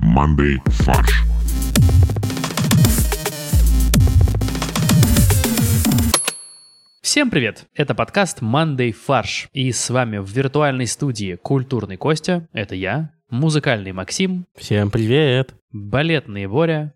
командой «Фарш». Всем привет! Это подкаст Monday Фарш. И с вами в виртуальной студии культурный Костя, это я, музыкальный Максим, Всем привет! балетный Боря.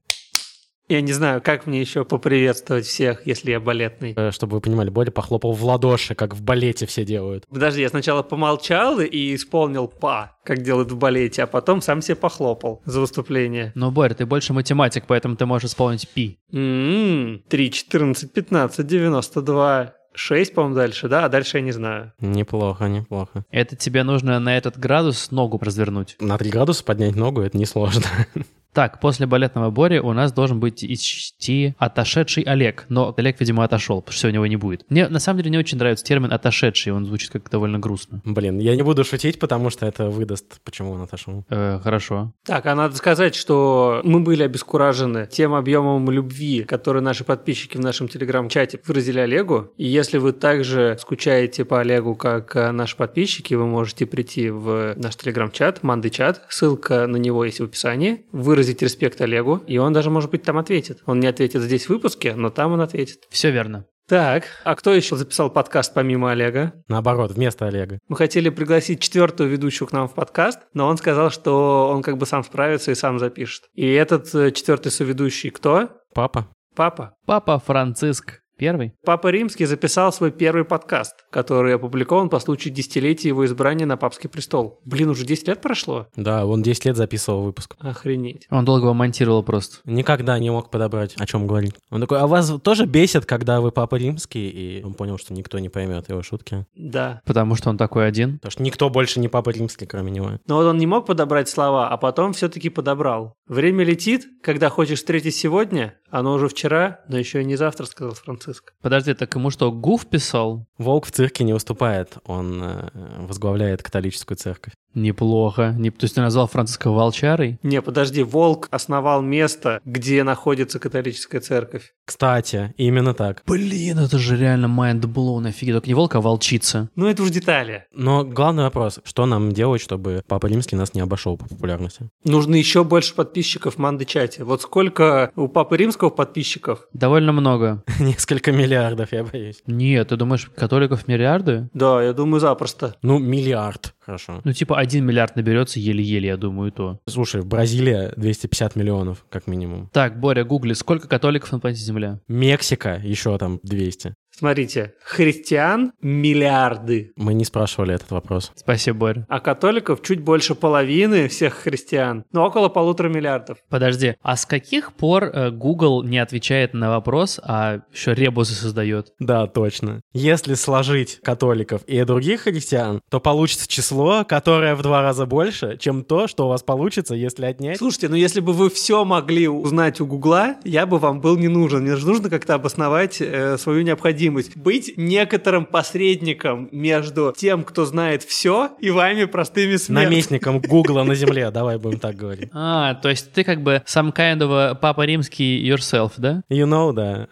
Я не знаю, как мне еще поприветствовать всех, если я балетный. Э, Чтобы вы понимали, Боря похлопал в ладоши, как в балете все делают. Подожди, я сначала помолчал и исполнил па, как делают в балете, а потом сам себе похлопал за выступление. Но, Боря, ты больше математик, поэтому ты можешь исполнить пи. М-м, 3, 14, 15, 92, 6, по-моему, дальше, да? А дальше я не знаю. Неплохо, неплохо. Это тебе нужно на этот градус ногу развернуть. На 3 градуса поднять ногу это несложно. Так, после балетного Бори у нас должен быть ищти отошедший Олег. Но Олег, видимо, отошел, потому что у него не будет. Мне на самом деле не очень нравится термин «отошедший», он звучит как довольно грустно. Блин, я не буду шутить, потому что это выдаст, почему он отошел. Э, хорошо. Так, а надо сказать, что мы были обескуражены тем объемом любви, который наши подписчики в нашем телеграм-чате выразили Олегу. И если вы также скучаете по Олегу, как э, наши подписчики, вы можете прийти в наш телеграм-чат, манды-чат. Ссылка на него есть в описании. Выразить респект Олегу, и он даже, может быть, там ответит. Он не ответит здесь в выпуске, но там он ответит. Все верно. Так, а кто еще записал подкаст помимо Олега? Наоборот, вместо Олега. Мы хотели пригласить четвертую ведущую к нам в подкаст, но он сказал, что он как бы сам справится и сам запишет. И этот э, четвертый соведущий кто? Папа. Папа. Папа Франциск Первый. Папа Римский записал свой первый подкаст, который опубликован по случаю десятилетия его избрания на папский престол. Блин, уже 10 лет прошло? Да, он 10 лет записывал выпуск. Охренеть. Он долго его монтировал просто. Никогда не мог подобрать, о чем говорить. Он такой, а вас тоже бесит, когда вы папа римский? И он понял, что никто не поймет его шутки. Да. Потому что он такой один. Потому что никто больше не папа римский, кроме него. Но вот он не мог подобрать слова, а потом все-таки подобрал. Время летит, когда хочешь встретить сегодня, оно уже вчера, но еще и не завтра, сказал Франциск. Подожди, так ему что, Гуф писал? Волк в цирке не выступает, он э, возглавляет католическую церковь. Неплохо. Не... То есть ты назвал Франциска волчарой? Не, подожди, Волк основал место, где находится католическая церковь. Кстати, именно так. Блин, это же реально майндблоун, офигеть. Только не волк, а волчица. Ну это уж детали. Но главный вопрос, что нам делать, чтобы Папа Римский нас не обошел по популярности? Нужно еще больше подписчиков в Манды-чате. Вот сколько у Папы Римского подписчиков? Довольно много. Несколько миллиардов, я боюсь. Нет, ты думаешь, католиков миллиарды? Да, я думаю, запросто. Ну, миллиард. Хорошо. Ну, типа, один миллиард наберется еле-еле, я думаю, и то. Слушай, Бразилия 250 миллионов, как минимум. Так, Боря, гугли, сколько католиков на планете Земля? Мексика еще там 200. Смотрите, христиан миллиарды, Мы не спрашивали этот вопрос. Спасибо, Боря. а католиков чуть больше половины всех христиан, но около полутора миллиардов. Подожди, а с каких пор э, Google не отвечает на вопрос, а еще ребусы создает? Да, точно. Если сложить католиков и других христиан, то получится число, которое в два раза больше, чем то, что у вас получится, если отнять... Слушайте, ну если бы вы все могли узнать у Гугла, я бы вам был не нужен. Мне же нужно как-то обосновать э, свою необходимость. Быть некоторым посредником между тем, кто знает все, и вами простыми смертными. Наместником Гугла на земле, давай будем так говорить. А, то есть ты как бы сам kind of a папа римский yourself, да? You know, да.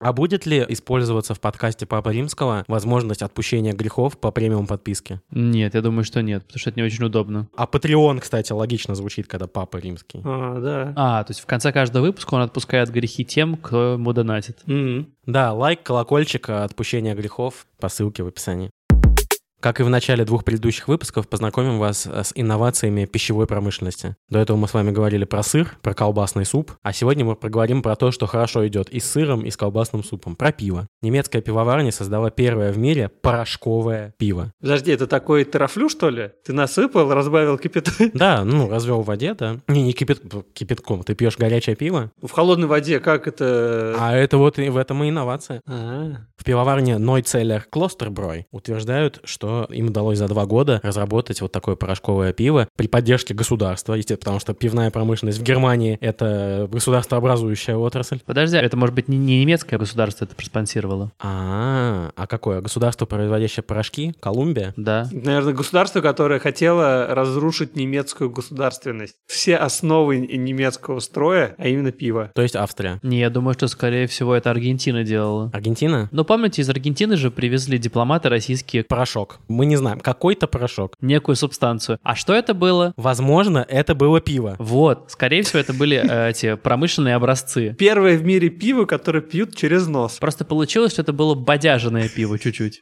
А будет ли использоваться в подкасте Папа Римского возможность отпущения грехов по премиум подписке? Нет, я думаю, что нет, потому что это не очень удобно. А Патреон, кстати, логично звучит, когда Папа Римский. А, да. А, то есть в конце каждого выпуска он отпускает грехи тем, кто ему донатит. М. Да, лайк, колокольчик, а, отпущение грехов по ссылке в описании. Как и в начале двух предыдущих выпусков, познакомим вас э, с инновациями пищевой промышленности. До этого мы с вами говорили про сыр, про колбасный суп, а сегодня мы проговорим про то, что хорошо идет и с сыром, и с колбасным супом, про пиво. Немецкая пивоварня создала первое в мире порошковое пиво. Подожди, это такой тарафлю, что ли? Ты насыпал, разбавил кипятой? Да, ну, развел в воде, да. Не, не кипят- кипятком, ты пьешь горячее пиво, В холодной воде как это... а это вот и в этом и инновация. А. В пивоварне Нойцеллер Клостерброй утверждают, что им удалось за два года разработать вот такое порошковое пиво при поддержке государства, естественно, потому что пивная промышленность в Германии — это государствообразующая отрасль. Подожди, а это может быть не, не немецкое государство это проспонсировало? А, а какое? Государство, производящее порошки? Колумбия? Да. Наверное, государство, которое хотело разрушить немецкую государственность. Все основы немецкого строя, а именно пиво. То есть Австрия. Не, я думаю, что, скорее всего, это Аргентина делала. Аргентина? Но помните, из Аргентины же привезли дипломаты российские. Порошок. Мы не знаем. Какой-то порошок. некую субстанцию. А что это было? Возможно, это было пиво. Вот, скорее всего, это были э, эти промышленные образцы. Первое в мире пиво, которое пьют через нос. Просто получилось, что это было бодяженное пиво чуть-чуть.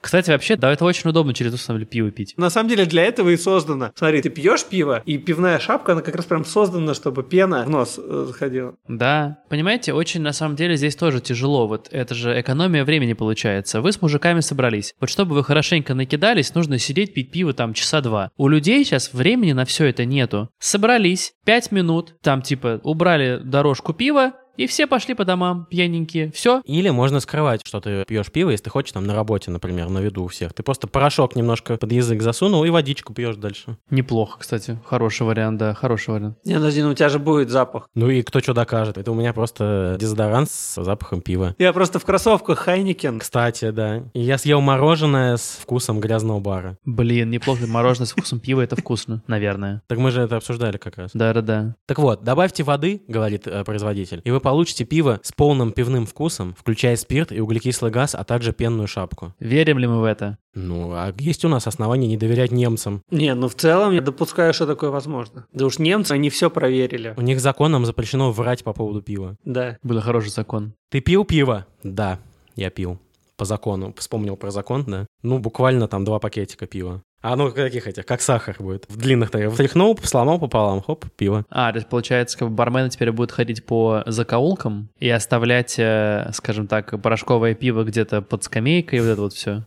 Кстати, вообще, да, это очень удобно через на самом деле, пиво пить. На самом деле для этого и создано. Смотри, ты пьешь пиво, и пивная шапка, она как раз прям создана, чтобы пена в нос э, заходила. Да, понимаете, очень на самом деле здесь тоже тяжело, вот это же экономия времени получается. Вы с мужиками собрались, вот чтобы вы хорошенько накидались, нужно сидеть пить пиво там часа два. У людей сейчас времени на все это нету. Собрались, пять минут, там типа убрали дорожку пива, и все пошли по домам пьяненькие. Все, Или можно скрывать, что ты пьешь пиво, если ты хочешь там на работе, например, на виду у всех. Ты просто порошок немножко под язык засунул и водичку пьешь дальше. неплохо, кстати, хороший вариант, да, хороший вариант. Не, подожди, ну у тебя же будет запах. Ну и кто что докажет. Это у меня просто дезодорант с запахом пива. Я просто в кроссовках Хайникен. Кстати, да. И я съел мороженое с вкусом грязного бара. Блин, неплохо. Мороженое с вкусом пива это вкусно, наверное. Так мы же это обсуждали как раз. Да-да-да. Так вот, добавьте воды, говорит э, производитель, и вы получите пиво с полным пивным вкусом, включая спирт и углекислый газ, а также пенную шапку. Верим ли мы в это? Ну, а есть у нас основания не доверять немцам. Не, ну в целом я допускаю, что такое возможно. Да уж немцы, они все проверили. У них законом запрещено врать по поводу пива. Да. Был хороший закон. Ты пил пиво? Да, я пил. По закону. Вспомнил про закон, да? Ну, буквально там два пакетика пива. А ну, каких этих? Как сахар будет. В длинных таких. Втряхнул, сломал пополам, хоп, пиво. А, то есть получается, как бы бармены теперь будут ходить по закоулкам и оставлять, э, скажем так, порошковое пиво где-то под скамейкой и вот это вот все.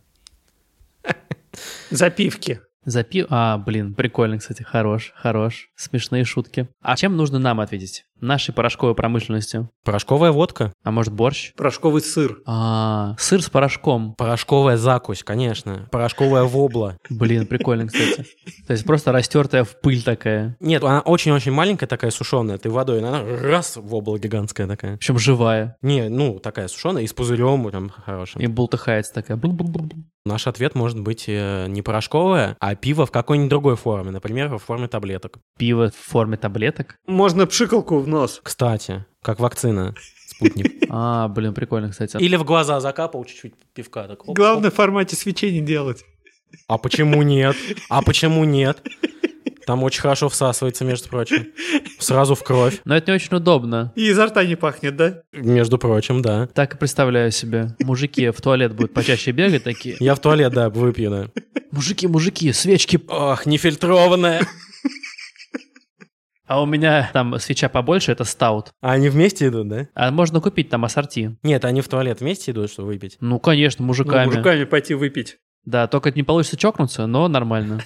Запивки. За пи- А, блин, прикольно, кстати, хорош, хорош. Смешные шутки. А чем нужно нам ответить? Нашей порошковой промышленностью? Порошковая водка. А может борщ? Порошковый сыр. А, сыр с порошком. Порошковая закусь, конечно. Порошковая вобла. Блин, прикольно, кстати. То есть просто растертая в пыль такая. Нет, она очень-очень маленькая такая, сушеная. Ты водой, она раз, вобла гигантская такая. Причем живая. Не, ну, такая сушеная и с пузырем прям хорошим. И бултыхается такая. Бу-бу-бу-бу. Наш ответ может быть э, не порошковое, а пиво в какой-нибудь другой форме. Например, в форме таблеток. Пиво в форме таблеток. Можно пшикалку в нос. Кстати, как вакцина. Спутник. А, блин, прикольно, кстати. Или в глаза закапал чуть-чуть пивка. Так, оп, Главное в формате свечей не делать. оп. А почему нет? А почему нет? Там очень хорошо всасывается, между прочим. Сразу в кровь. Но это не очень удобно. И изо рта не пахнет, да? Между прочим, да. Так и представляю себе. Мужики в туалет будут почаще бегать такие. Я в туалет, да, выпью, да. Мужики, мужики, свечки. Ох, нефильтрованная. А у меня там свеча побольше, это стаут. А они вместе идут, да? А можно купить там ассорти. Нет, они в туалет вместе идут, чтобы выпить. Ну, конечно, Ну, мужиками. мужиками пойти выпить. Да, только не получится чокнуться, но нормально.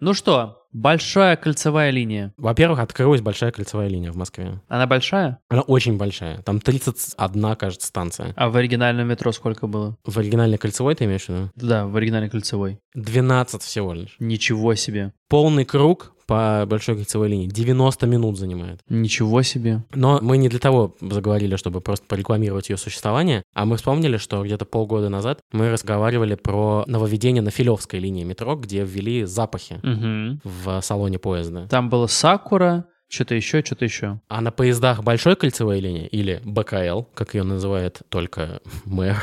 Ну что, большая кольцевая линия. Во-первых, открылась большая кольцевая линия в Москве. Она большая? Она очень большая. Там 31, кажется, станция. А в оригинальном метро сколько было? В оригинальной кольцевой ты имеешь в виду? Да, в оригинальной кольцевой. 12 всего лишь. Ничего себе. Полный круг по большой кольцевой линии 90 минут занимает. Ничего себе. Но мы не для того заговорили, чтобы просто порекламировать ее существование, а мы вспомнили, что где-то полгода назад мы разговаривали про нововведение на Филевской линии метро, где ввели запахи Угу. в салоне поезда. Там было Сакура, что-то еще, что-то еще. А на поездах большой кольцевой линии, или БКЛ, как ее называет только мэр,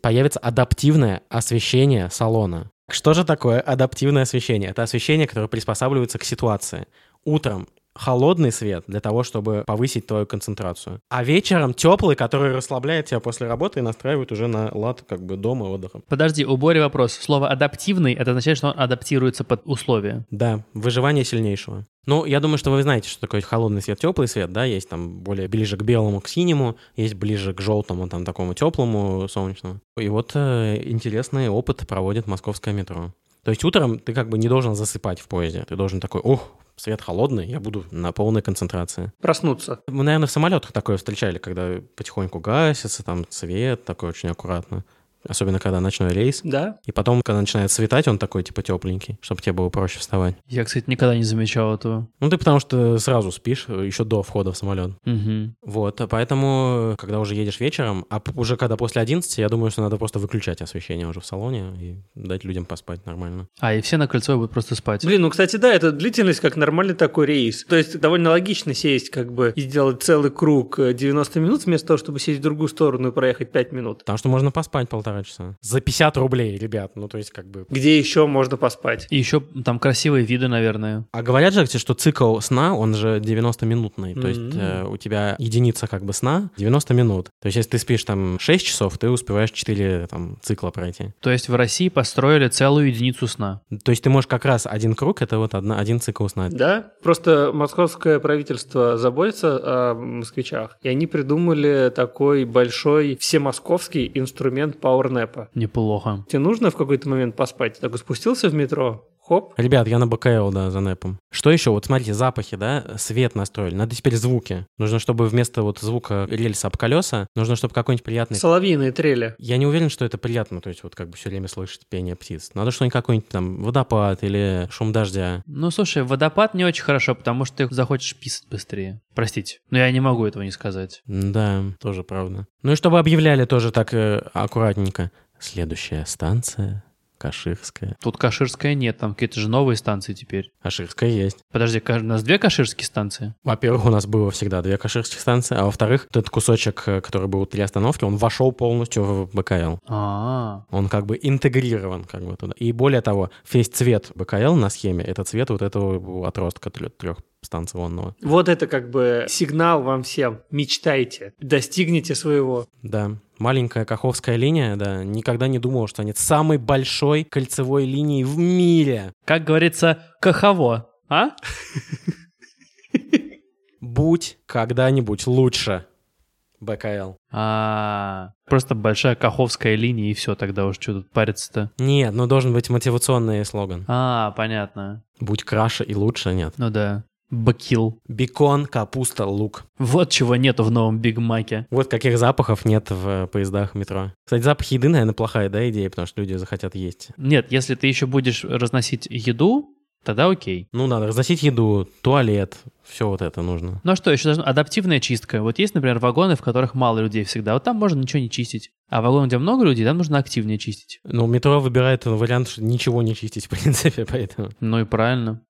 появится адаптивное освещение салона. Что же такое адаптивное освещение? Это освещение, которое приспосабливается к ситуации. Утром холодный свет для того, чтобы повысить твою концентрацию. А вечером теплый, который расслабляет тебя после работы и настраивает уже на лад как бы дома отдыха. Подожди, у Бори вопрос. Слово «адаптивный» — это означает, что он адаптируется под условия. Да, выживание сильнейшего. Ну, я думаю, что вы знаете, что такое холодный свет, теплый свет, да, есть там более ближе к белому, к синему, есть ближе к желтому, там такому теплому, солнечному. И вот э, интересный опыт проводит московское метро. То есть утром ты как бы не должен засыпать в поезде, ты должен такой, ох, свет холодный, я буду на полной концентрации. Проснуться. Мы, наверное, в самолетах такое встречали, когда потихоньку гасится там свет, такой очень аккуратно. Особенно, когда ночной рейс. Да? И потом, когда начинает светать, он такой, типа, тепленький, чтобы тебе было проще вставать. Я, кстати, никогда не замечал этого. Ну, ты потому что сразу спишь, э, еще до входа в самолет. Угу. Вот, а поэтому, когда уже едешь вечером, а п- уже когда после 11, я думаю, что надо просто выключать освещение уже в салоне и дать людям поспать нормально. А, и все на кольцо будут просто спать. Блин, ну, кстати, да, это длительность как нормальный такой рейс. То есть довольно логично сесть как бы и сделать целый круг э, 90 минут вместо того, чтобы сесть в другую сторону и проехать 5 минут. Потому что можно поспать полтора полтора часа. За 50 рублей, ребят. Ну, то есть, как бы... Где еще можно поспать? И еще там красивые виды, наверное. А говорят же, что цикл сна, он же 90-минутный. То есть Мгм. э, у тебя единица как бы сна 90 минут. То есть если ты спишь там 6 часов, ты успеваешь 4 там, цикла пройти. То есть в России построили целую единицу сна. То есть ты можешь как раз один круг, это вот одна, один цикл сна. Да, просто московское правительство заботится о москвичах, и они придумали такой большой всемосковский инструмент пауэрнэпа. Неплохо. Тебе нужно в какой-то момент поспать? Ты такой спустился в метро, хоп, Ребят, я на БКЛ, да, за нэпом. Что еще? Вот смотрите, запахи, да, свет настроили. Надо теперь звуки. Нужно, чтобы вместо вот звука рельса об колеса, нужно, чтобы какой-нибудь приятный... соловьиные трели. Я не уверен, что это приятно, то есть вот как бы все время слышать пение птиц. Надо что-нибудь какой-нибудь там водопад или шум дождя. Ну, слушай, водопад не очень хорошо, потому что ты захочешь писать быстрее. Простите, но я не могу этого не сказать. Да, тоже правда. Ну и чтобы объявляли тоже так э, аккуратненько. Следующая станция Каширская. Тут Каширская нет, там какие-то же новые станции теперь. Каширская есть. Подожди, Ка- у нас две Каширские станции? Во-первых, у нас было всегда две Каширских станции, а во-вторых, вот этот кусочек, э, который был три остановки, он вошел полностью в БКЛ. А, Он как бы интегрирован как бы туда. И более того, весь цвет БКЛ на схеме — это цвет вот этого отростка трехстанционного. Вот это как бы сигнал вам всем. Мечтайте, достигните своего. Да, маленькая Каховская линия, да, никогда не думал, что станет самой большой кольцевой линией в мире. как говорится, кахово, а? Будь когда-нибудь лучше. БКЛ. А, просто большая каховская линия, и все, тогда уж что тут париться-то. Нет, ну должен быть мотивационный слоган. А, понятно. Будь краше и лучше, нет. Ну да. Бакил. Бекон, капуста, лук. Вот чего нету в новом Биг Маке. Вот каких запахов нет в э, поездах метро. Кстати, запах еды, наверное, плохая, да, идея, потому что люди захотят есть. Нет, если ты еще будешь разносить еду, тогда окей. Ну, надо разносить еду, туалет, все вот это нужно. Ну а что, еще должна... адаптивная чистка. Вот есть, например, вагоны, в которых мало людей всегда. Вот там можно ничего не чистить. А вагон, где много людей, там нужно активнее чистить. Ну, метро выбирает вариант, что ничего не чистить, в принципе, поэтому. Ну и правильно.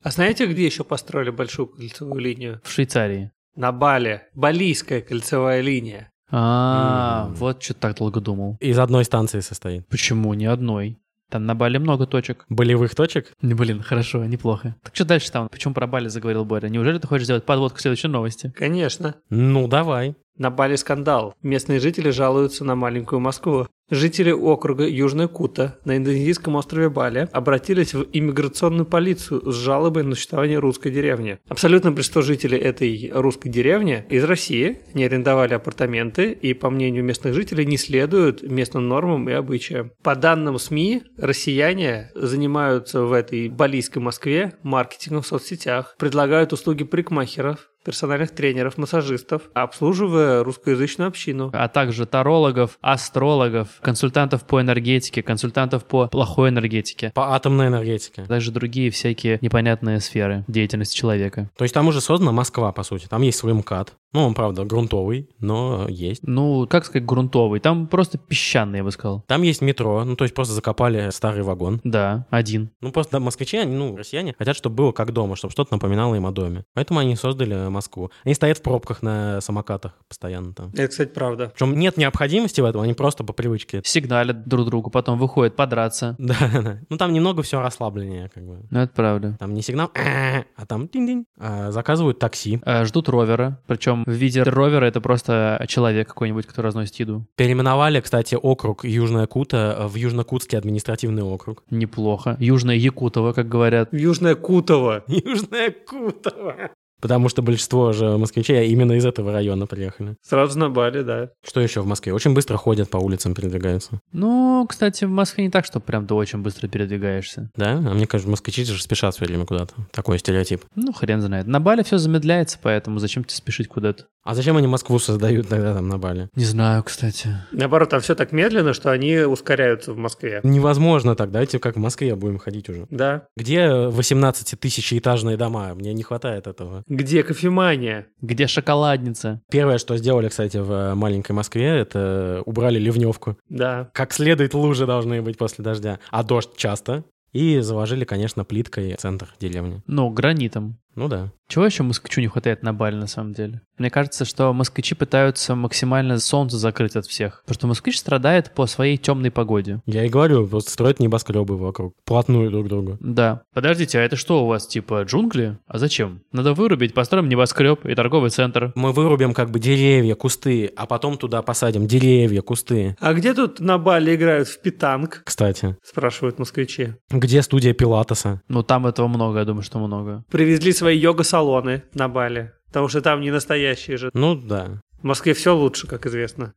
А знаете, где еще построили большую кольцевую линию? В Швейцарии. На Бали. Балийская кольцевая линия. А, М. вот что так долго думал. Из одной станции состоит. Почему ни одной? Там на Бали много точек. Болевых точек? Ну, Блин, хорошо, неплохо. Так что дальше там? Почему про Бали заговорил Боря? Неужели ты хочешь сделать подводку к следующей новости? Конечно. Ну, давай. На Бали скандал. Местные жители жалуются на маленькую Москву. Жители округа Южная Кута на индонезийском острове Бали обратились в иммиграционную полицию с жалобой на существование русской деревни. Абсолютно большинство жителей этой русской деревни из России. Они арендовали апартаменты и, по мнению местных жителей, не следуют местным нормам и обычаям. По данным СМИ, россияне занимаются в этой балийской Москве маркетингом в соцсетях, предлагают услуги парикмахеров, персональных тренеров, массажистов, обслуживая русскоязычную общину. А также тарологов, астрологов, консультантов по энергетике, консультантов по плохой энергетике. По атомной энергетике. Даже другие всякие непонятные сферы деятельности человека. То есть там уже создана Москва, по сути. Там есть свой МКАД. Ну, он, правда, грунтовый, но есть. Ну, как сказать, грунтовый. Там просто песчаный, я бы сказал. Там есть метро, ну, то есть просто закопали старый вагон. Да, один. Ну, просто да, москвичи, они, ну, россияне, хотят, чтобы было как дома, чтобы что-то напоминало им о доме. Поэтому они создали Москву. Они стоят в пробках на самокатах постоянно там. Это, кстати, правда. Причем нет необходимости в этом, они просто по привычке. Сигналят друг другу, потом выходят подраться. Да, да. Ну, там немного все расслабленнее, как бы. Ну, это правда. Там не сигнал, «А», а там динь-динь. А, заказывают такси, А, Ждут ровера. Причем в виде ровера это просто человек какой-нибудь, кто разносит еду. Переименовали, кстати, округ Южная Кута в Южнокутский административный округ. Неплохо. Южная Якутова, как говорят. Южная Кутова. Южная Кутова. Потому что большинство же москвичей именно из этого района приехали. Сразу на Бали, да. Что еще в Москве? Очень быстро ходят по улицам, передвигаются. Ну, кстати, в Москве не так, что прям ты очень быстро передвигаешься. Да? А мне кажется, москвичи же спешат все время куда-то. Такой стереотип. Ну, хрен знает. На Бали все замедляется, поэтому зачем тебе спешить куда-то? А зачем они Москву создают тогда там на Бали? Не знаю, кстати. Наоборот, там все так медленно, что они ускоряются в Москве. Невозможно так, давайте как в Москве будем ходить уже. Да. Где 18 тысячеэтажные дома? Мне не хватает этого. Где кофемания? Где шоколадница? Первое, что сделали, кстати, в э, маленькой Москве, это убрали ливневку. Да. Как следует лужи должны быть после дождя, а дождь часто. И заложили, конечно, плиткой центр деревни. Ну, гранитом. Ну да. Чего еще москвичу не хватает на Бали, на самом деле? Мне кажется, что москвичи пытаются максимально солнце закрыть от всех, потому что москвич страдает по своей темной погоде. Я и говорю, вот строят небоскребы вокруг, плотную друг к другу. Да. Подождите, а это что у вас, типа джунгли? А зачем? Надо вырубить, построим небоскреб и торговый центр. Мы вырубим как бы деревья, кусты, а потом туда посадим деревья, кусты. А где тут на Бали играют в питанг? Кстати, Спрашивают москвичи. где студия Пилатеса? Ну, там этого много, я думаю, что много. Привезли свои йога-салоны на Бали, потому что там не настоящие же. Ну да. В Москве все лучше, как известно.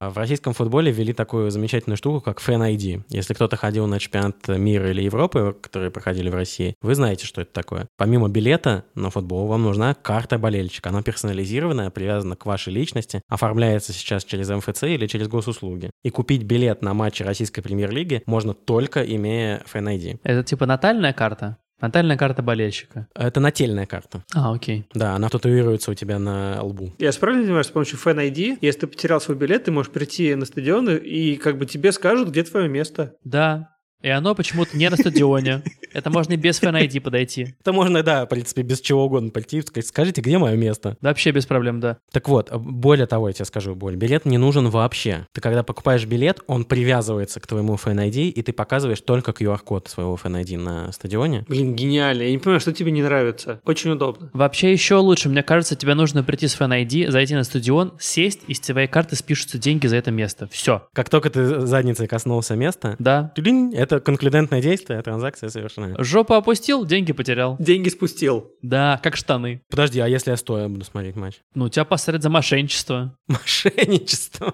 А В российском футболе ввели такую замечательную штуку, как Fan ID. Если кто-то ходил на чемпионат мира или Европы, которые проходили в России, вы знаете, что это такое. Помимо билета на футбол, вам нужна карта болельщика. Она персонализированная, привязана к вашей личности, оформляется сейчас через МФЦ или через госуслуги. И купить билет на матчи российской премьер-лиги можно только имея Fan ID. Это типа натальная карта? Натальная карта болельщика. Это нательная карта. А, окей. Да, она татуируется у тебя на лбу. Я же правильно понимаю, что с помощью Fan ID, если ты потерял свой билет, ты можешь прийти на стадион и- и как бы тебе скажут, где твое место. Да. И оно почему-то не на стадионе. Это можно и без Fan ID подойти. Это можно, да, в принципе, без чего угодно прийти и сказать, скажите, где мое место? Да Вообще без проблем, да. Так вот, э, более того, я тебе скажу, боль, билет не нужен вообще. Ты когда покупаешь билет, он привязывается к твоему Fan ID, и ты показываешь только QR-код своего Fan ID на стадионе. Блин, гениально. Я не понимаю, что тебе не нравится. Очень удобно. Вообще еще лучше, мне кажется, тебе нужно прийти с Fan ID, зайти на стадион, сесть, и с твоей карты спишутся деньги за это место. Все. Как только ты задницей коснулся места, Да. тюлинь, это конклюдентное действие, транзакция совершена. Э, Жопу опустил, деньги потерял. Деньги спустил. Да, как штаны. Подожди, а если я стоя буду смотреть матч? Ну, тебя посадят за мошенничество. Мошенничество.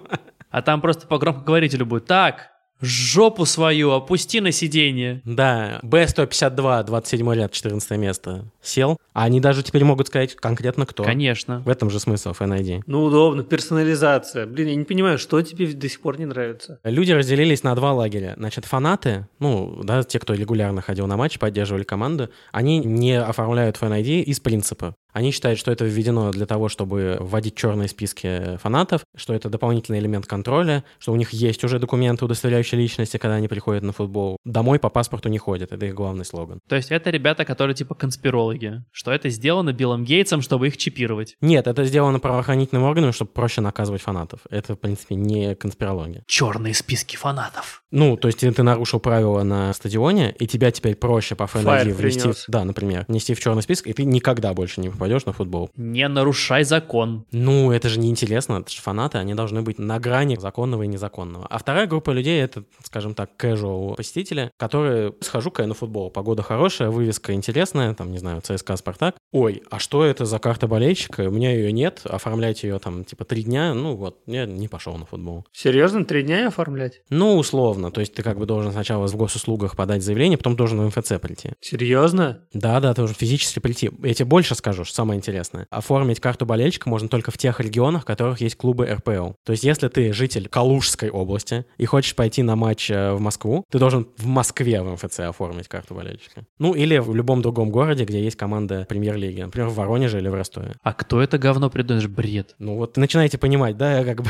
А там просто по громкоговорителю будет. Так, жопу свою опусти на сиденье. Да, Б-152, 27 лет, 14 место, сел. А они даже теперь могут сказать конкретно кто. Конечно. В этом же смысл Fan ID. Ну, удобно. Персонализация. Блин, я не понимаю, что тебе до сих пор не нравится. Люди разделились на два лагеря. Значит, фанаты, ну, да, те, кто регулярно ходил на матч, поддерживали команду, они не оформляют Fan ID из принципа. Они считают, что это введено для того, чтобы вводить черные списки фанатов, что это дополнительный элемент контроля, что у них есть уже документы, удостоверяющие личности, когда они приходят на футбол. Домой по паспорту не ходят, это их главный слоган. То есть это ребята, которые типа конспирологи. Что это сделано Биллом Гейтсом, чтобы их чипировать. Нет, это сделано правоохранительным органом, чтобы проще наказывать фанатов. Это, в принципе, не конспирология. Черные списки фанатов. Ну, то есть ты, ты нарушил правила на стадионе, и тебя теперь проще по Фаер фэн внести, в- принес. да, например, внести в черный список, и ты никогда больше не попадешь на футбол. Не нарушай закон. Ну, это же неинтересно, это же фанаты, они должны быть на грани законного и незаконного. А вторая группа людей — это, скажем так, casual посетители, которые схожу-ка я на футбол, погода хорошая, вывеска интересная, там, не знаю, ЦСКА, Спартак. Ой, а что это за карта болельщика? У меня ее нет, оформлять ее там, типа, три дня, ну вот, я не пошел на футбол. Серьезно, три дня и оформлять? Ну, условно. То есть ты как бы должен сначала в госуслугах подать заявление, потом должен в МФЦ прийти. Серьезно? Да-да, ты должен физически прийти. Я тебе больше скажу, что самое интересное. Оформить карту болельщика можно только в тех регионах, в которых есть клубы РПЛ. То есть если ты житель Калужской области и хочешь пойти на матч э, в Москву, ты должен в Москве в МФЦ оформить карту болельщика. Ну, или в любом другом городе, где есть команда премьер-лиги. Например, в Воронеже или в Ростове. А кто это говно придумал? Это же Бред. Ну вот, начинаете понимать, да, как бы...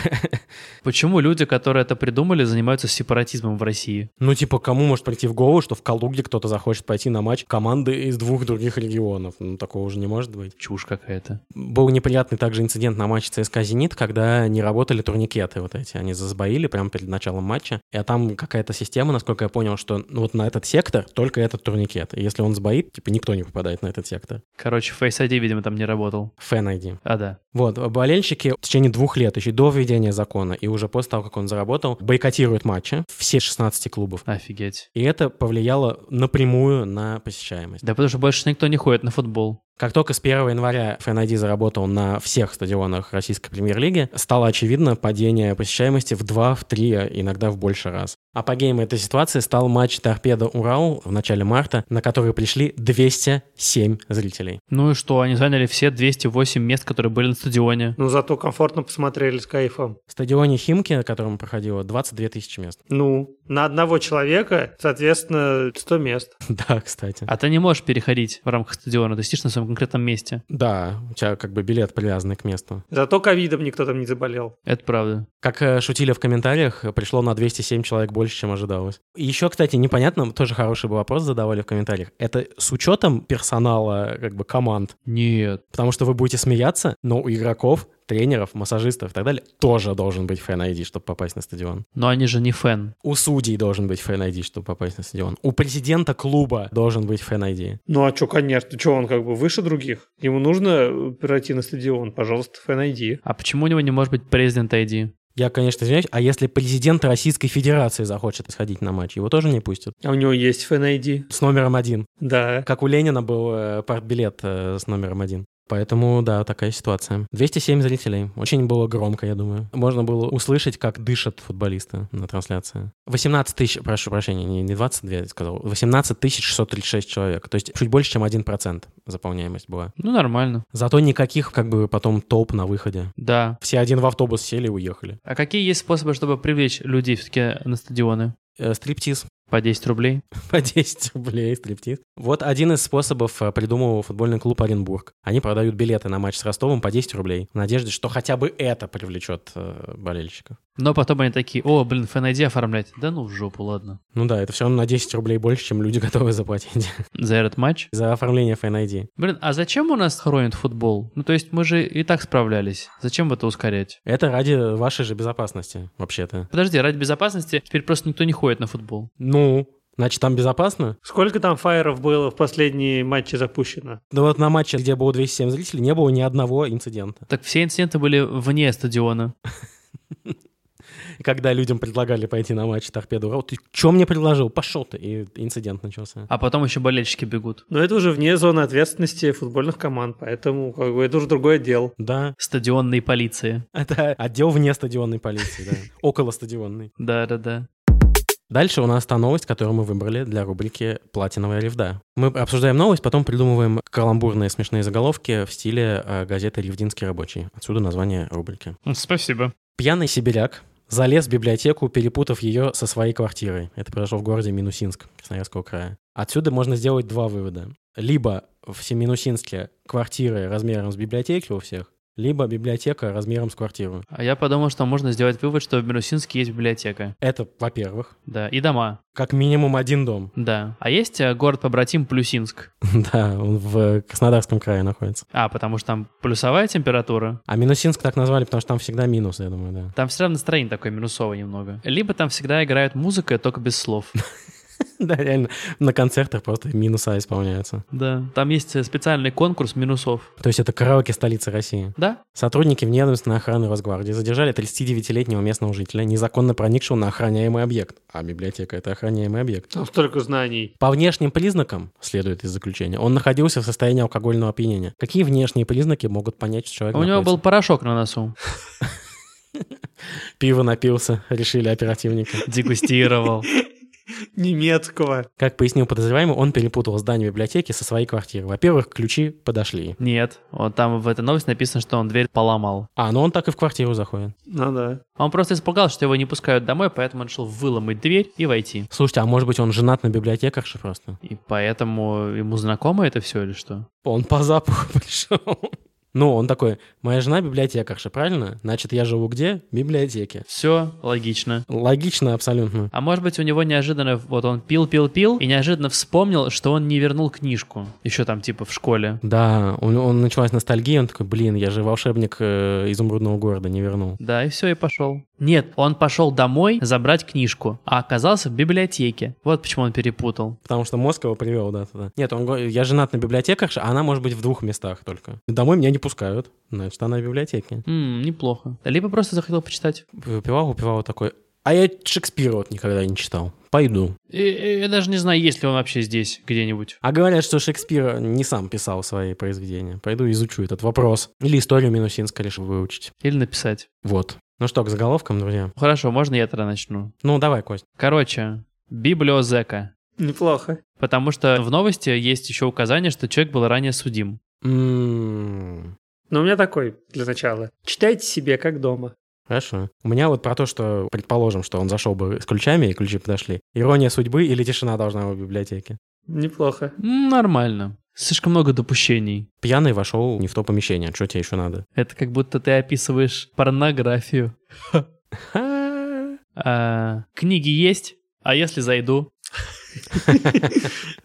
Почему люди, которые это придумали, занимаются сепаратизмом в России? Ну, типа, кому может прийти в голову, что в Калуге кто-то захочет пойти на матч команды из двух других регионов? Ну, такого уже не может быть. Чушь какая-то. Был неприятный также инцидент на матче ЦСКА «Зенит», когда не работали турникеты вот эти. Они засбоили прямо перед началом матча. И а там какая-то система, насколько я понял, что ну, вот на этот сектор только этот турникет. И если он сбоит, типа, никто не попадает на этот сектор. Короче, Face ID, видимо, там не работал. Фэн ID. А, да. Вот, болельщики в течение двух лет, еще до введения закона и уже после того, как он заработал, бойкотируют матчи все 16 клубов. Офигеть. И это повлияло напрямую на посещаемость. Да потому что больше никто не ходит на футбол. Как только с 1 января FNID заработал на всех стадионах российской премьер-лиги, стало очевидно падение посещаемости в 2, в 3, а иногда в больше раз. Апогеем этой ситуации стал матч «Торпедо-Урал» в начале марта, на который пришли 207 зрителей. Ну и что, они заняли все 208 мест, которые были на стадионе. Ну, зато комфортно посмотрели с кайфом. В стадионе «Химки», на котором проходило 22 тысячи мест. Ну, на одного человека, соответственно, 100 мест. Да, кстати. А ты не можешь переходить в рамках стадиона, ты сидишь на своем конкретном месте. Да, у тебя как бы билет привязанный к месту. Зато ковидом никто там не заболел. Это правда. Как э, шутили в комментариях, э, пришло на 207 человек больше больше, чем ожидалось. Еще, кстати, непонятно, тоже хороший был вопрос задавали в комментариях. Это с учетом персонала, как бы команд, Нет. потому что вы будете смеяться, но у игроков, тренеров, массажистов и так далее тоже должен быть фэн ID, чтобы попасть на стадион. Но они же не фэн. У судей должен быть фэн ID, чтобы попасть на стадион. У президента клуба должен быть фэн ID. Ну а что, конечно, что он как бы выше других? Ему нужно перейти на стадион, пожалуйста, фэн ID. А почему у него не может быть президент ID? Я, конечно, извиняюсь, а если президент Российской Федерации захочет сходить на матч, его тоже не пустят. А у него есть фэн ID? С номером один. Да. Как у Ленина был э, партбилет э, с номером один. Поэтому, да, такая ситуация. 207 зрителей. Очень было громко, я думаю. Можно было услышать, как дышат футболисты на трансляции. 18 тысяч, прошу прощения, не, не 22, я сказал. 18 тысяч 636 человек. То есть чуть больше, чем 1% заполняемость была. Ну, нормально. Зато никаких, как бы, потом толп на выходе. Да. Все один в автобус сели и уехали. А какие есть способы, чтобы привлечь людей все-таки на стадионы? Э, стриптиз. По 10 рублей? по 10 рублей стриптиз. Вот один из способов э, придумал футбольный клуб Оренбург. Они продают билеты на матч с Ростовом по 10 рублей в надежде, что хотя бы это привлечет э, болельщиков. Но потом они такие, о, блин, фэн ID оформлять. Да ну в жопу, ладно. Ну да, это все равно на 10 рублей больше, чем люди готовы заплатить За этот матч. за оформление Fan ID. Блин, а зачем у нас хоронят футбол? Ну, то есть мы же и так справлялись. Зачем это ускорять? Это ради вашей же безопасности, вообще-то. Подожди, ради безопасности теперь просто никто не ходит на футбол. Ну, значит, там безопасно? Сколько там фаеров было в последние матче запущено? Да вот на матче, где было 207 зрителей, не было ни одного инцидента. Так все инциденты были вне стадиона. И Когда людям предлагали пойти на матч торпеду, «Урал», ты что мне предложил? Пошел ты. И инцидент начался. А потом еще болельщики бегут. Но это уже вне зоны ответственности футбольных команд, поэтому как бы это уже другой отдел. Да, Стадионные полиции. Это отдел вне стадионной полиции, да. Около стадионной. Да-да-да. Дальше у нас та новость, которую мы выбрали для рубрики «Платиновая ревда». Мы обсуждаем новость, потом придумываем каламбурные смешные заголовки в стиле э, газеты «Ревдинский рабочий». Отсюда название рубрики. Спасибо. Пьяный сибиряк залез в библиотеку, перепутав ее со своей квартирой. Это произошло в городе Минусинск, Красноярского края. Отсюда можно сделать два вывода. Либо в Се- Минусинске квартиры размером с библиотеки у всех, либо библиотека размером с квартиру. А я подумал, что можно сделать вывод, что в Минусинске есть библиотека. Это, во-первых, Да, и дома. как минимум один дом. Да. А есть э, город-побратим Плюсинск? Да, он в э, Краснодарском крае находится. А, потому что там плюсовая температура. А Минусинск так назвали, потому что там всегда минус, я думаю, да. Там все равно настроение такое минусовое немного. Либо там всегда играют музыка, только без слов. Да, реально, на концертах просто минуса исполняются. Да. Там есть э, специальный конкурс минусов. То есть это караоке столицы России. Да? Сотрудники внедомственной охраны Росгвардии задержали 35-летнего местного жителя, незаконно проникшего на охраняемый объект. А библиотека — это охраняемый объект. Там столько знаний. По внешним признакам, следует из заключения, он находился в состоянии алкогольного опьянения. Какие внешние признаки могут понять, что человек А У него был находится? порошок на носу. Пиво напился, решили оперативники. Дегустировал. Немецкого. Как пояснил подозреваемый, он перепутал здание библиотеки со своей квартирой. Во-первых, ключи подошли. Нет. Вот там в этой новости написано, что он дверь поломал. А, ну он так и в квартиру заходит. Ну да. Он просто испугался, что его не пускают домой, поэтому он решил выломать дверь и войти. Слушайте, а может быть он женат на библиотекарше просто? И поэтому ему знакомо это все или что? Он по запаху пришел. Ну, он такой, моя жена библиотекарша, правильно? Значит, я живу где? В библиотеке. Все логично. Логично абсолютно. А может быть, у него неожиданно, вот он пил-пил-пил, и неожиданно вспомнил, что он не вернул книжку. Еще там, типа, в школе. Да, у него началась ностальгия, он такой, блин, я же волшебник э, изумрудного города не вернул. Да, и все, и пошел. Нет, он пошел домой забрать книжку, а оказался в библиотеке. Вот почему он перепутал. Потому что мозг его привел, да, туда. Нет, он говорит, я женат на библиотекарше, а она может быть в двух местах только. Домой меня не пускают, значит, она в библиотеке. М, неплохо. Либо просто захотел почитать. Выпивал, выпивал такой, а я Шекспира вот никогда не читал. Пойду. И- и я даже не знаю, есть ли он вообще здесь где-нибудь. А говорят, что Шекспир не сам писал свои произведения. Пойду изучу этот вопрос. Или историю Минусинска решил выучить. Или написать. Вот. Ну что, к заголовкам, друзья? Ну, Хорошо, можно я тогда начну? Ну, давай, Кость. Короче, библиозека. Неплохо. Потому что в новости есть еще указание, что человек был ранее судим. М, Но у меня такой для начала. Читайте себе как дома. Хорошо. У меня вот про то, что, предположим, что он зашел бы с ключами, и ключи подошли. Ирония судьбы или тишина должна быть в библиотеке? Неплохо. М, Нормально. Слишком много допущений. Пьяный вошел не в то помещение. Что тебе еще надо? Это как будто ты описываешь порнографию. Ха. А, книги есть, а если зайду?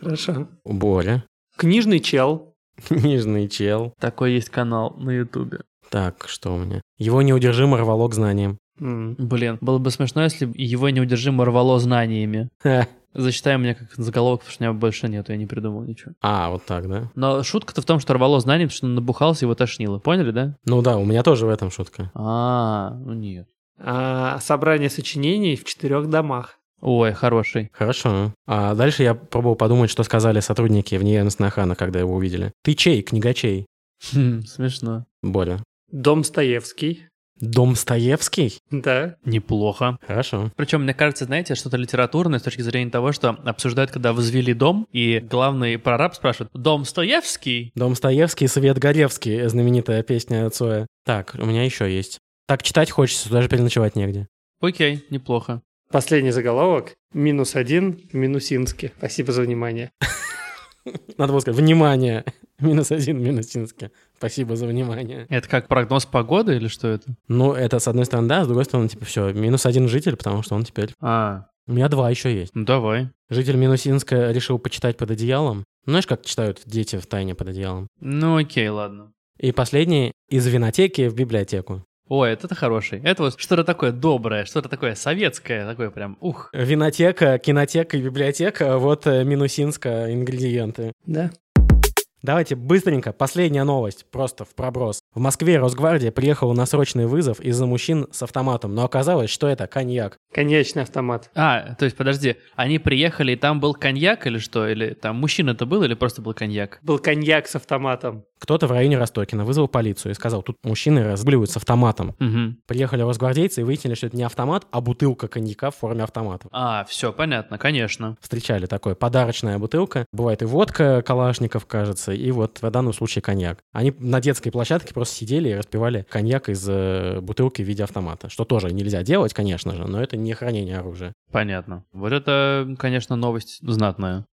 Хорошо. Боря. Книжный чел. Нижний чел. Такой есть канал на Ютубе. Так, что у меня? Его неудержимо рвало к знаниям. М. Блин, было бы смешно, если бы его неудержимо рвало знаниями. Ха. Зачитай меня как заголовок, потому что у меня больше нет, я не придумал ничего. А, вот так, да? Но шутка-то в том, что рвало знания, потому что он набухался, его тошнило. Поняли, да? Ну да, у меня тоже в этом шутка. А, ну нет. А, собрание сочинений в четырех домах. Ой, хороший. Хорошо. А дальше я пробовал подумать, что сказали сотрудники в НИИ Нахана, когда его увидели. Ты чей, книгачей? Хм, Смешно. Боря. Дом Стоевский. Дом Стоевский? Да. Неплохо. Хорошо. Причем, мне кажется, знаете, что-то литературное с точки зрения того, что обсуждают, когда возвели дом, и главный прораб спрашивает, дом Стоевский? Дом Стоевский, Свет Горевский, знаменитая песня Цоя. Так, у меня еще есть. Так читать хочется, даже переночевать негде. Окей, неплохо. Последний заголовок. Минус один в Минусинске. Спасибо за внимание. Надо было сказать, внимание, минус один, минус Минусинске. Спасибо за внимание. Это как прогноз погоды или что это? Ну, это с одной стороны, да, с другой стороны, типа, все, минус один житель, потому что он теперь... А, У меня два еще есть. ну давай. Житель Минусинска решил почитать под одеялом. Знаешь, как читают дети в тайне под одеялом? Ну окей, ладно. И последний из винотеки в библиотеку. Ой, это хороший. Это вот что-то такое доброе, что-то такое советское, такое прям, ух. Винотека, кинотека и библиотека — вот э, Минусинска ингредиенты. Да. Давайте быстренько, последняя новость, просто в проброс. В Москве Росгвардия приехала на срочный вызов из-за мужчин с автоматом, но оказалось, что это коньяк. Конечный автомат. А, то есть, подожди, они приехали, и там был коньяк или что? Или там мужчина-то был, или просто был коньяк? Был коньяк с автоматом. Кто-то в районе Ростокина вызвал полицию и сказал, тут мужчины разгуливают с автоматом. Угу. Приехали росгвардейцы и выяснили, что это не автомат, а бутылка коньяка в форме автомата. А, все, понятно, конечно. встречали такое подарочная бутылка. Бывает и водка Калашников, кажется, и вот в данном случае коньяк. Они на детской площадке просто сидели и распивали коньяк из э, бутылки в виде автомата, что тоже нельзя делать, конечно же, но это не хранение оружия. Понятно. Вот это, конечно, новость знатная.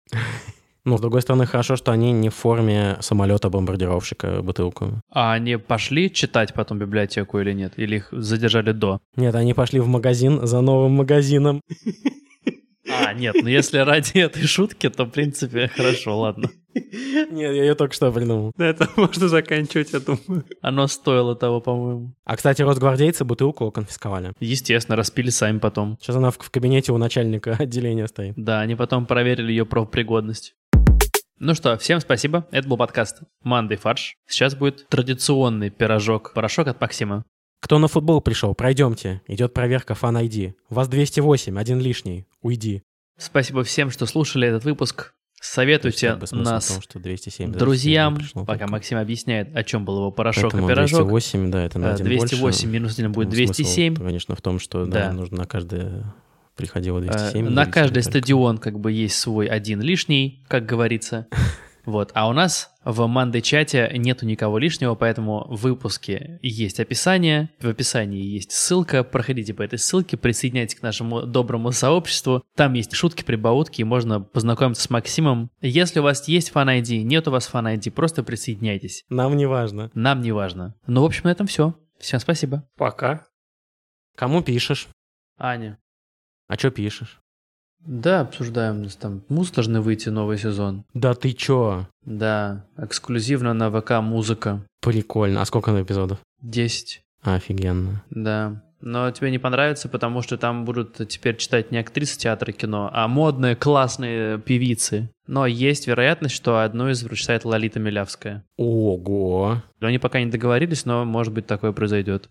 Ну, с другой стороны, хорошо, что они не в форме самолета-бомбардировщика бутылку. А они пошли читать потом библиотеку или нет? Или их задержали до? Нет, они пошли в магазин за новым магазином. А, нет, ну если ради этой шутки, то, в принципе, хорошо, ладно. Нет, я ее только что придумал. На этом можно заканчивать, я думаю. Оно стоило того, по-моему. А, кстати, росгвардейцы бутылку конфисковали. Естественно, распили сами потом. Сейчас она в в кабинете у начальника отделения стоит. Да, они потом проверили ее профпригодность. Ну что, всем спасибо. Это был подкаст «Мандай фарш». Сейчас будет традиционный пирожок. Порошок от Максима. Кто на футбол пришел, пройдемте. Идет проверка фан-айди. Вас 208, один лишний. Уйди. Спасибо всем, что слушали этот выпуск. Как Советуйте бы смысл в нас том, что 207, да, друзьям, 207 пришло. пока Максим объясняет, о чем был его порошок и Поэтому пирожок. 208, да, это на Э, один 208 больше. минус 1 будет Поэтому 207. смысл, конечно, в том, что да, Да. нужно на каждое приходило Э, 207. На делить каждый только. стадион как бы есть свой один лишний, как говорится. Вот. А у нас в Манды-чате нету никого лишнего, поэтому в выпуске есть описание, в описании есть ссылка, проходите по этой ссылке, присоединяйтесь к нашему доброму сообществу, там есть шутки, прибаутки, и можно познакомиться с Максимом. Если у вас есть фан-айди, нет у вас фан-айди, просто присоединяйтесь, Нам не важно. нам не важно. Ну, в общем, на этом все. Всем спасибо. Пока. Кому пишешь? Аня. А что пишешь? Да, обсуждаем. У нас там муз должны выйти новый сезон. Да ты чё? Да, эксклюзивно на ВК музыка. Прикольно. А сколько на эпизодов? 10. Офигенно. Да. Но тебе не понравится, потому что там будут теперь читать не актрисы театра и кино, а модные классные певицы. Но есть вероятность, что одну из прочитает Лолита Милявская. Ого. Они пока не договорились, но, может быть, такое произойдет.